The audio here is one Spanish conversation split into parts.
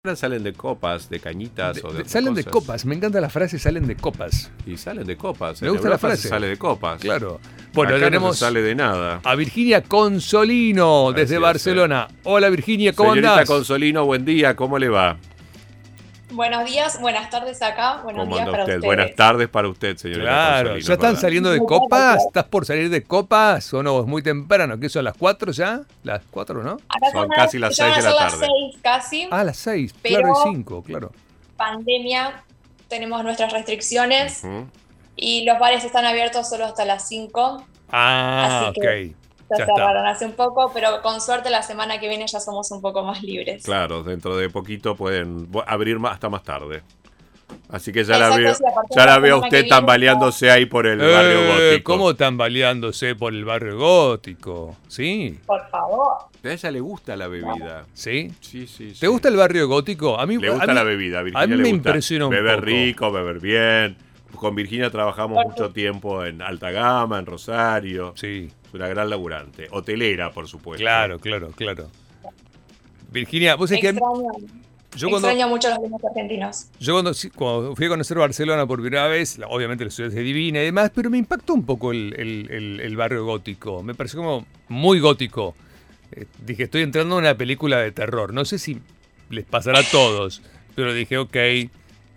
siempre salen de copas, de cañitas De- o de de- otras salen de cosas. copas, me encanta la frase salen de copas. Y salen de copas. Me En gusta la Europa se frase. Sale de copas. Claro. Bueno, Acá no tenemos se sale de nada. a Virginia Consolino Así desde es, Barcelona. Hola Virginia, Ah, ¿cómo Señorita andás? Consolino, buen día, ¿cómo le va? Buenos días, buenas tardes acá, buenos ¿Cómo días anda para usted? ustedes. Buenas tardes para usted, señorita Claro, Consolino, ¿ya están ¿verdad? saliendo de copas? ¿Estás por salir de copas o no? Es muy temprano, que son las 4 ya, las 4, ¿no? Acá Son son las- casi las ya van seis de a la ser tarde. Las seis casi, Ah, las 6, Pero- claro, hay 5, claro. pandemia, tenemos nuestras restricciones Ujú. y los bares están abiertos solo hasta las 5. Ah, Así ok. que Ya Ya, está. cerraron hace un poco, pero con suerte la semana que viene ya somos un poco más libres. Claro, dentro de poquito pueden vo- abrir más, hasta más tarde. Así que ya la Exacto, veo, sí, a partir ya de la la veo a semana que usted viene tambaleándose ahí por el barrio Eh, gótico. ¿Cómo tambaleándose por el barrio gótico? ¿Sí? Por favor. A ella le gusta la bebida. ¿Sí? Sí, sí, sí. ¿Te gusta el barrio gótico? A mí, Le a gusta mí- la bebida, a Virginia le mí me gusta impresiona un beber poco. rico, beber bien. Con Virginia trabajamos Porque- mucho tiempo en Alta Gama, en Rosario. Sí, Es una gran laburante. Hotelera, por supuesto. claro, claro, claro. Virginia, vos es que a mí- extraño, yo cuando, extraño mucho los vinos argentinos. yo cuando, sí, cuando fui a conocer Barcelona por primera vez, la- obviamente la ciudad es divina y demás, pero me impactó un poco el, el- el- el barrio gótico. Me pareció como muy gótico. Eh, dije, estoy entrando en una película de terror. No sé si les pasará a todos, pero dije, ok,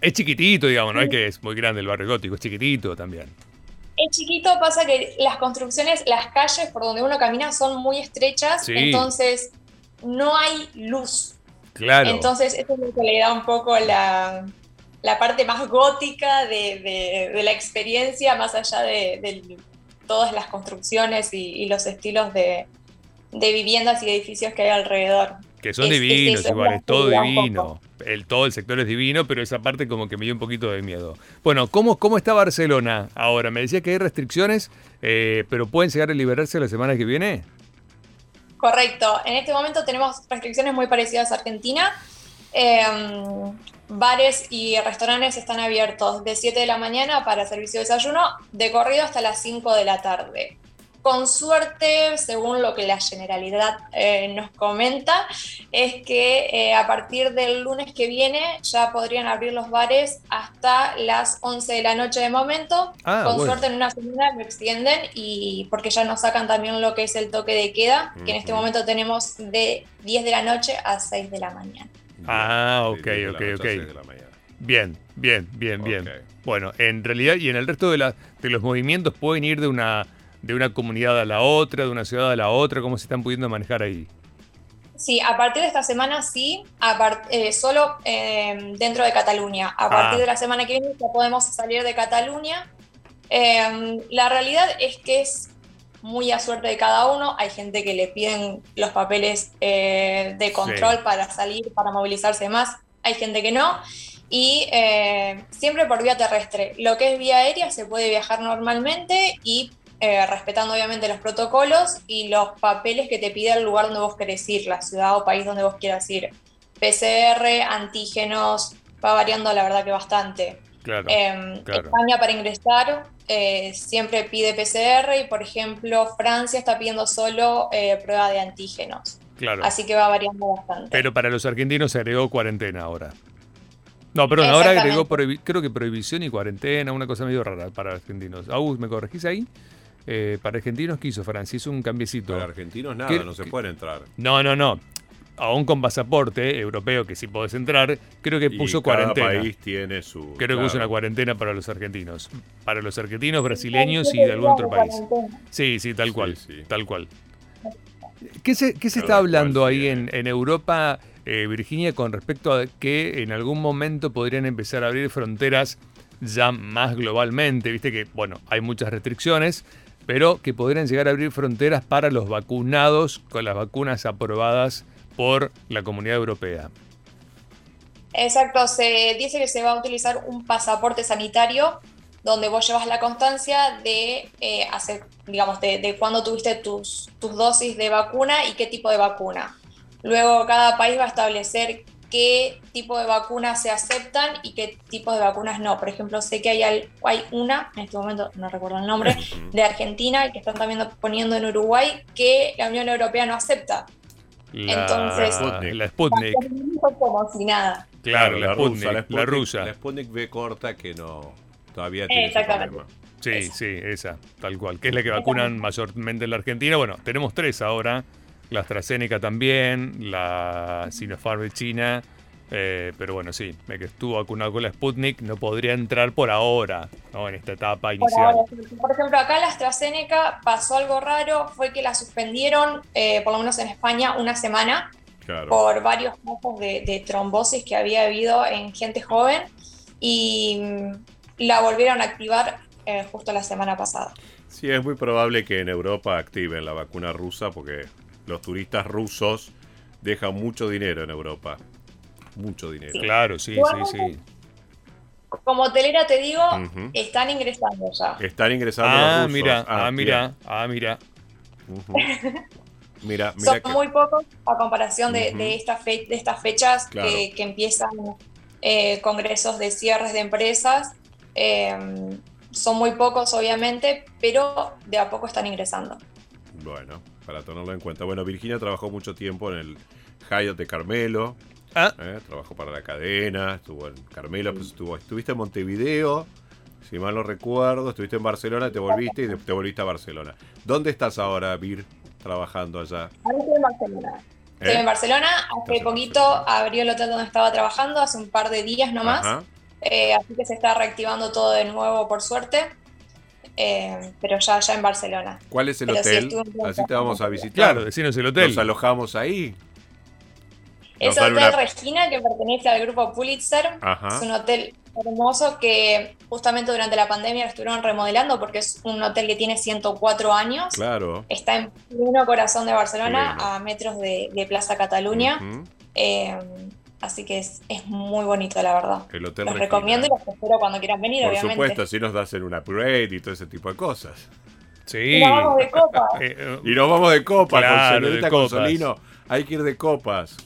es chiquitito, digamos, no es que es muy grande el barrio gótico, es chiquitito también. Es chiquito, pasa que las construcciones, las calles por donde uno camina son muy estrechas, Sí. entonces no hay luz. Claro. Entonces, eso es lo que le da un poco la, la parte más gótica de, de- de la experiencia, más allá de, de todas las construcciones y, y los estilos de, de viviendas y edificios que hay alrededor. Que son Es- es divinos, eso, es igual, la es todo oscuridad un divino. El, todo el sector es divino, pero esa parte como que me dio un poquito de miedo. Bueno, ¿cómo, cómo está Barcelona ahora? Me decía que hay restricciones, eh, pero pueden llegar a liberarse la semana que viene. Correcto. En este momento tenemos restricciones muy parecidas a Argentina. Em, bares y restaurantes están abiertos de 7 de la mañana para servicio de desayuno, de corrido hasta las 5 de la tarde. Con suerte, según lo que la generalidad eh, nos comenta, es que eh, a partir del lunes que viene ya podrían abrir los bares hasta las 11 de la noche de momento, Ah, con bueno. suerte en una semana lo extienden y porque ya nos sacan también lo que es el toque de queda, que en este Ujú. momento tenemos de 10 de la noche a 6 de la mañana. Ah, ok, Desde la ok, noche a ok. seis de la mañana. Bien, bien, bien, bien. Ok. Bueno, en realidad y en el resto de, la- de los movimientos pueden ir de una, de una comunidad a la otra, de una ciudad a la otra, ¿cómo se están pudiendo manejar ahí? Sí, a partir de esta semana sí, a par- eh, solo eh, dentro de Cataluña. Ah. A partir de la semana que viene ya podemos salir de Cataluña. Eh, la realidad es que es muy a suerte de cada uno. Hay gente que le piden los papeles eh, de control Sí. para salir, para movilizarse más. Hay gente que no. Y eh, siempre por vía terrestre. Lo que es vía aérea se puede viajar normalmente y eh, respetando obviamente los protocolos y los papeles que te pida el lugar donde vos querés ir, la ciudad o país donde vos quieras ir. PCR, antígenos, va variando la verdad que bastante. Claro. Eh, claro. España para ingresar eh, siempre pide PCR y por ejemplo Francia está pidiendo solo eh, prueba de antígenos. claro. Así que va variando bastante. Pero para los argentinos se agregó cuarentena ahora. No, perdón, ahora agregó prohibi- creo que prohibición y cuarentena, una cosa medio rara para argentinos. Agus, ¿me corregís ahí? Eh, para argentinos, ¿qué hizo Francia? Hizo un cambiecito. Para argentinos nada, ¿Qué- no se qué- pueden entrar. No, no, no. Aún con pasaporte europeo, que sí podés entrar, creo que Y puso cada cuarentena. país tiene su. Creo que puso una claro. cuarentena para los argentinos. Para los argentinos, brasileños y de algún otro país. Sí, sí, tal Sí, cual. sí. Tal cual. ¿Qué se, qué se Cada está cual hablando ahí tiene. en, en Europa, eh, Virginia, con respecto a que en algún momento podrían empezar a abrir fronteras ya más globalmente? Viste que, bueno, hay muchas restricciones, pero que podrían llegar a abrir fronteras para los vacunados con las vacunas aprobadas por la Comunidad Europea. Exacto, se dice que se va a utilizar un pasaporte sanitario donde vos llevas la constancia de eh, hace, digamos, de, de cuándo tuviste tus, tus dosis de vacuna y qué tipo de vacuna. Luego cada país va a establecer qué tipo de vacunas se aceptan y qué tipo de vacunas no. Por ejemplo, sé que hay, al- hay una, en este momento no recuerdo el nombre, Ujú. de Argentina y que están también poniendo en Uruguay que la Unión Europea no acepta. La, Entonces- Sputnik. la Sputnik. Como si nada. Claro, la, Sputnik, la, rusa. La Sputnik B corta que no. Todavía Eh, tiene ese exactamente. problema. Sí, Esa. sí, esa, tal cual. Que es la que vacunan mayormente en la Argentina. Bueno, tenemos tres ahora. La AstraZeneca también, la Sinopharm de China. eh, pero bueno, sí, el que estuvo vacunado con la Sputnik no podría entrar por ahora, ¿no? En esta etapa Por, inicial. ahora, por ejemplo, acá la AstraZeneca pasó algo raro, fue que la suspendieron, eh, por lo menos en España, una semana Claro. por varios casos de, de trombosis que había habido en gente joven y mm, la volvieron a activar eh, justo la semana pasada. Sí, es muy probable que en Europa activen la vacuna rusa porque los turistas rusos dejan mucho dinero en Europa. Mucho dinero. Claro, sí, sí, sí. Como hotelera te digo, Ujú. están ingresando ya. Están ingresando Ah, los rusos. mira, ah, bien. mira, ah, mira. Ujú. Mira, mira. Son que- muy pocos a comparación de, Ujú. de esta fe- de estas fechas Claro. que, que empiezan eh, congresos de cierres de empresas. Eh, son muy pocos, obviamente, pero de a poco están ingresando. Bueno, para tenerlo en cuenta. Bueno, Virginia trabajó mucho tiempo en el Hyatt de Carmelo. Ah. ¿eh? Trabajó para la cadena, estuvo en Carmelo, pues estuvo, estuviste en Montevideo, si mal no recuerdo, estuviste en Barcelona, te volviste y de- te volviste a Barcelona. ¿Dónde estás ahora, Vir, trabajando allá? Ahora estoy en Barcelona. Estoy ¿Eh? en Barcelona. Hace Estás en poquito Barcelona. abrió el hotel donde estaba trabajando, hace un par de días nomás. Ajá. Eh, así que se está reactivando todo de nuevo, por suerte. Eh, pero ya, ya en Barcelona. ¿Cuál es el Pero sí, hotel? estuve en Así te vamos a visitar. Claro, decinos el hotel. Nos alojamos ahí. Es Nos dan Hotel una- Regina, que pertenece al grupo Pulitzer. Ajá. Es un hotel hermoso que justamente durante la pandemia lo estuvieron remodelando porque es un hotel que tiene 104 años. Claro. Está en pleno corazón de Barcelona, Pleno. a metros de, de Plaza Cataluña. Ujú. Eh, así que es, es muy bonito, la verdad. El hotel Los Regina. recomiendo y los espero cuando quieran venir, Por obviamente. supuesto, así nos das en un upgrade y todo ese tipo de cosas. Sí. Y nos vamos de copa. Eh, eh, Y nos vamos de copa, Claro, Consolita, de copas. Consolino. Hay que ir de copas.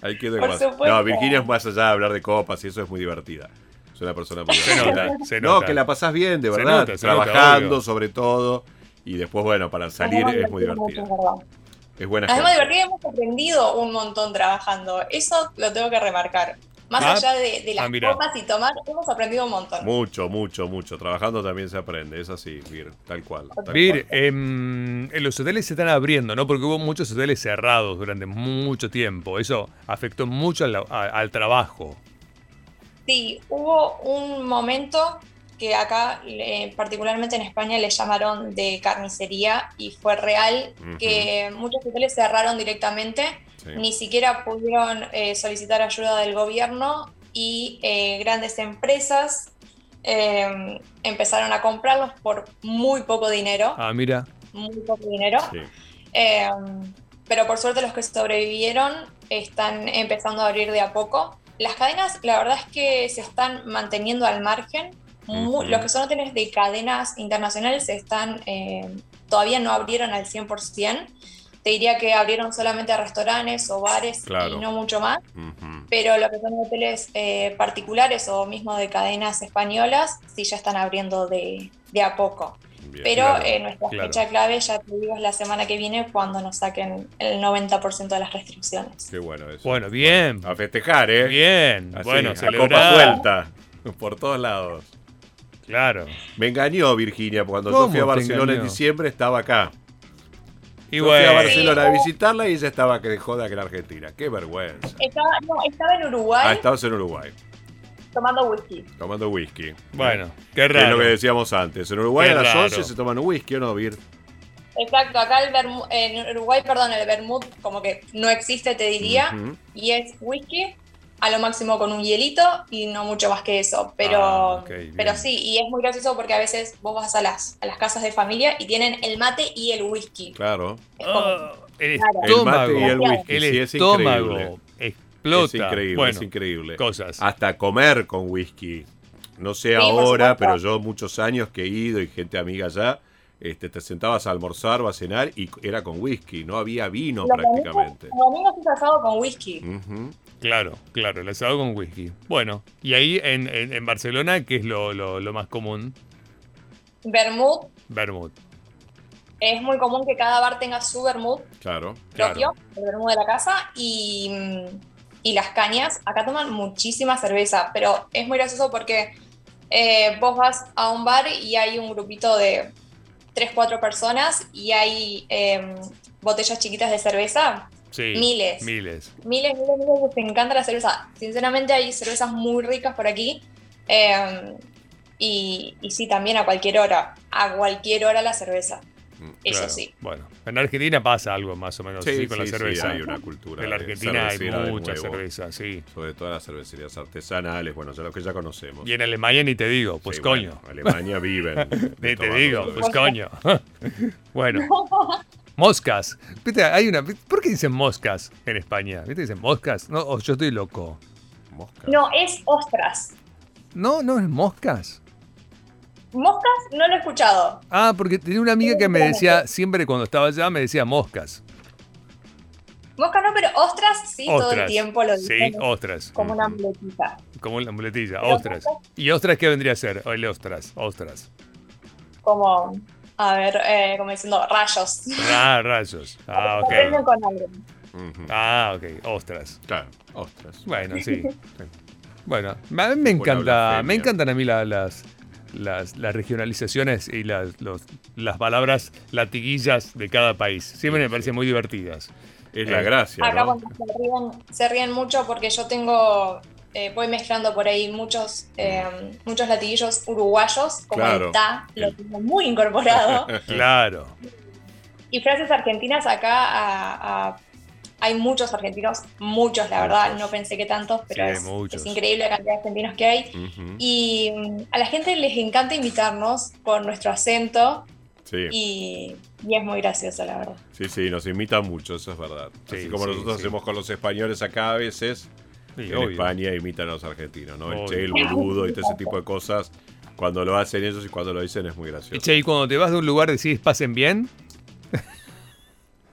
Hay que ir de Por copas. supuesto. No, Virginia es más allá de hablar de copas y eso es muy divertida. Es una persona muy Se divertida. nota, se No, nota. que la pasás bien, de Se verdad. nota, se nota, Trabajando obvio. sobre todo. Y después, bueno, para Nos salir vamos a es muy divertir mucho, divertida. es verdad. Es buena Nos hemos gente. divertido y hemos aprendido un montón trabajando. Eso lo tengo que remarcar. Más Ah, allá de, de las ah, mira. copas y tomar, hemos aprendido un montón. Mucho, mucho, mucho. Trabajando también se aprende. Es así, Vir. Tal cual. tal Vir, cual. em, eh, los hoteles se están abriendo, ¿no? Porque hubo muchos hoteles cerrados durante mucho tiempo. Eso afectó mucho al, a- al trabajo. Sí, hubo un momento que acá, eh, particularmente en España, le llamaron de carnicería y fue real Ujú. que muchos hoteles cerraron directamente, Sí. ni siquiera pudieron eh, solicitar ayuda del gobierno y eh, grandes empresas eh, empezaron a comprarlos por muy poco dinero, Ah, mira. muy poco dinero. Sí. Eh, pero por suerte los que sobrevivieron están empezando a abrir de a poco. Las cadenas, la verdad es que se están manteniendo al margen. Mu- Ujú. Los que son hoteles de cadenas internacionales se están, eh, todavía no abrieron al 100%. Te diría que abrieron solamente a restaurantes o bares Claro. y no mucho más. Ujú. Pero los que son hoteles eh, particulares o mismo de cadenas españolas, sí ya están abriendo de, de a poco. Bien. Pero Claro, eh, nuestra claro. fecha clave, ya te digo, es la semana que viene cuando nos saquen el 90% de las restricciones. Qué bueno eso. Bueno, bien. A festejar, ¿eh? Bien. Así, bueno, a celebrar. copa suelta. Por todos lados. Claro. Me engañó Virginia, porque cuando yo ¿Cómo fui a te Barcelona en engañó? diciembre estaba acá. Y Yo fui a bueno. Barcelona a visitarla y ella estaba que de joda que en Argentina. Qué vergüenza. Estaba, no, estaba en Uruguay Ah, estabas en Uruguay, tomando whisky. tomando whisky. Bueno, qué Que es lo raro. que decíamos antes. En Uruguay Qué a las raro. 11 se toman un whisky, ¿o no, Vir? Exacto, acá el vermu- en Uruguay, perdón, el vermut como que no existe, te diría, Ujú. y es whisky a lo máximo con un hielito y no mucho más que eso. Pero, Ah, ok, bien. pero sí, y es muy gracioso porque a veces vos vas a las, a las casas de familia y tienen el mate y el whisky. Claro. Es como- Ah, el El Claro. mate y el estómago. whisky. El sí, es increíble. estómago explota. Es increíble, Ah. bueno, es increíble. cosas. Hasta comer con whisky. No sé por ahora, supuesto. pero yo muchos años que he ido y gente amiga allá, este, te sentabas a almorzar o a cenar y era con whisky, no había vino Los domingos- prácticamente. Los domingos es asado con whisky. Ujú. Claro, claro, el asado con whisky. Bueno, y ahí en, en- en Mm. Barcelona, ¿qué es lo, lo- lo más común? Vermut Vermut. Es muy común que cada bar tenga su vermut Claro, propio, claro. el vermú de la casa, y, mm, y las cañas. Acá toman muchísima cerveza, pero es muy gracioso porque eh, vos vas a un bar y hay un grupito de 3, 4 personas y hay em, botellas chiquitas de cerveza, Sí. miles. Miles. Miles, miles, miles, te encanta la cerveza. Sinceramente hay cervezas muy ricas por aquí. em, y, y sí, también a cualquier hora. A cualquier hora la cerveza. Mm, Eso Claro. sí. Bueno, en Argentina pasa algo más o menos Sí, así con sí, la sí, cerveza. hay una cultura. en la de Argentina hay cervecera de mucha nuevo, cerveza, sí. Sobre todo las cervecerías artesanales, bueno, ya lo que ya conocemos. Y en Alemania ni te digo, pues Sí, coño. bueno, Alemania viven. de Ni te tomar digo, cerveza. pues coño. bueno. Moscas. Viste, hay una. ¿Por qué dicen moscas en España? ¿Viste? Dicen moscas. No, o yo estoy loco. Mosca. No, es ostras. No, no es moscas. Moscas no lo he escuchado. Ah, porque tenía una amiga que me decía, siempre cuando estaba allá, me decía moscas. Moscas no, pero ostras sí, todo el Ostras. tiempo lo Sí, oh. dicen ostras. como una muletita. Como la muletilla, Pero ostras. ¿Y ostras qué vendría a ser? El ostras, ostras. Como, a ver, eh, como diciendo rayos. Ah, rayos. Ah, Sorprenden ok. con algo. Ujú. Ah, ok, ostras. Claro, ostras. Bueno, sí. Bueno, a mí me Tipo la encanta, me blasfemia. encantan a mí la- las, las, las regionalizaciones y las, los- las palabras latiguillas de cada país. Siempre me parecen muy divertidas. Es la Eh, gracia, Acá ¿no? cuando se ríen, se ríen mucho porque yo tengo, eh, voy mezclando por ahí muchos, eh, Mm. muchos latiguillos uruguayos, como Claro. el ta, lo tengo muy incorporado. Claro. y frases argentinas acá a- a- hay muchos argentinos, muchos la verdad, Muchos. no pensé que tantos, pero Sí, es, muchos. es increíble la cantidad de argentinos que hay. Ujú. Y mm, a la gente les encanta imitarnos por nuestro acento Sí. y, y es muy gracioso, la verdad. Sí, sí, nos imita mucho, eso es verdad. Sí, Así como sí, nosotros sí. hacemos con los españoles acá a veces, Sí, en obvio. España imitan a los argentinos, ¿no? Obvio. El che, el boludo y todo ese tipo de cosas. Cuando lo hacen ellos y cuando lo dicen es muy Y gracioso. che, y cuando te vas de un lugar decís pasen bien,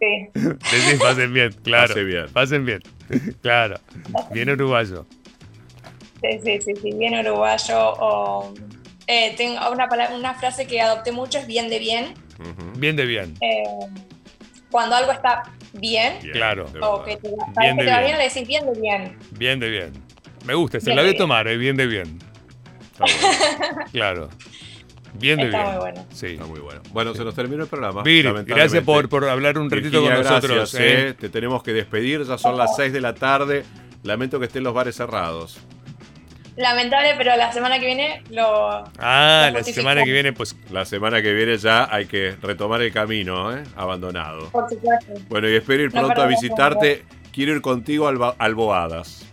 Sí. decís pasen bien, claro. Pase bien. Pasen bien. Claro. Bien uruguayo. Sí, sí, sí, sí, bien uruguayo. O, eh, tengo una, palabra- una frase que adopté mucho, es bien de bien. Ujú. Bien de bien. Eh, cuando algo está bien, Bien, Claro. de o verdad. que te, Bien parece de que te va bien. bien, le decís bien de bien. Bien de bien. Me gusta, se Bien la de voy a bien. tomar, eh, bien de bien. Está bueno, Claro. Bien de Está bien. muy bueno. Sí. está muy bueno. Bueno, se nos terminó el programa. Vir, lamentablemente. gracias por, por hablar un ratito Virginia, con nosotros. gracias, eh. eh. Te tenemos que despedir, ya son las 6 de la tarde. Lamento que estén los bares cerrados. Lamentable, pero la semana que viene lo... Ah, Lo la semana justificamos. que viene, pues La semana que viene ya hay que retomar el camino, ¿eh? Abandonado. Por supuesto. Bueno, y espero ir No pronto a perdemos visitarte. Quiero ir contigo al, Ba- al Boadas.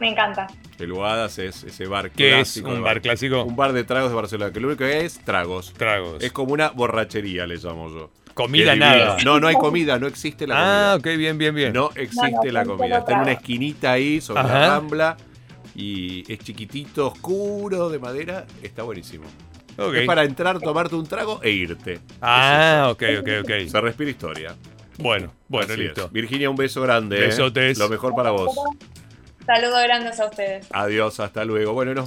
Me encanta. El Boadas es ese bar ¿Qué es clásico. un de bar clásico? Un bar de tragos de Barcelona, que lo único que es tragos. Tragos. Es como una borrachería, le llamo yo. Comida Que es divino. nada. No, no hay comida, no existe la comida. ah, ok, bien, bien, bien. No existe la son comida. solo Está en una tragos. esquinita ahí, sobre la Ajá. rambla. Y es chiquitito, oscuro, de madera. Está buenísimo. Ok. Es para entrar, tomarte un trago e irte. Ah, ok, Es ok, eso. ok. Se respira historia. Bueno, bueno, Así es. listo. Virginia, un beso grande. ¿eh? Besotes. Lo mejor para vos. Saludos grandes a ustedes. Adiós, hasta luego. Bueno, y nos vamos.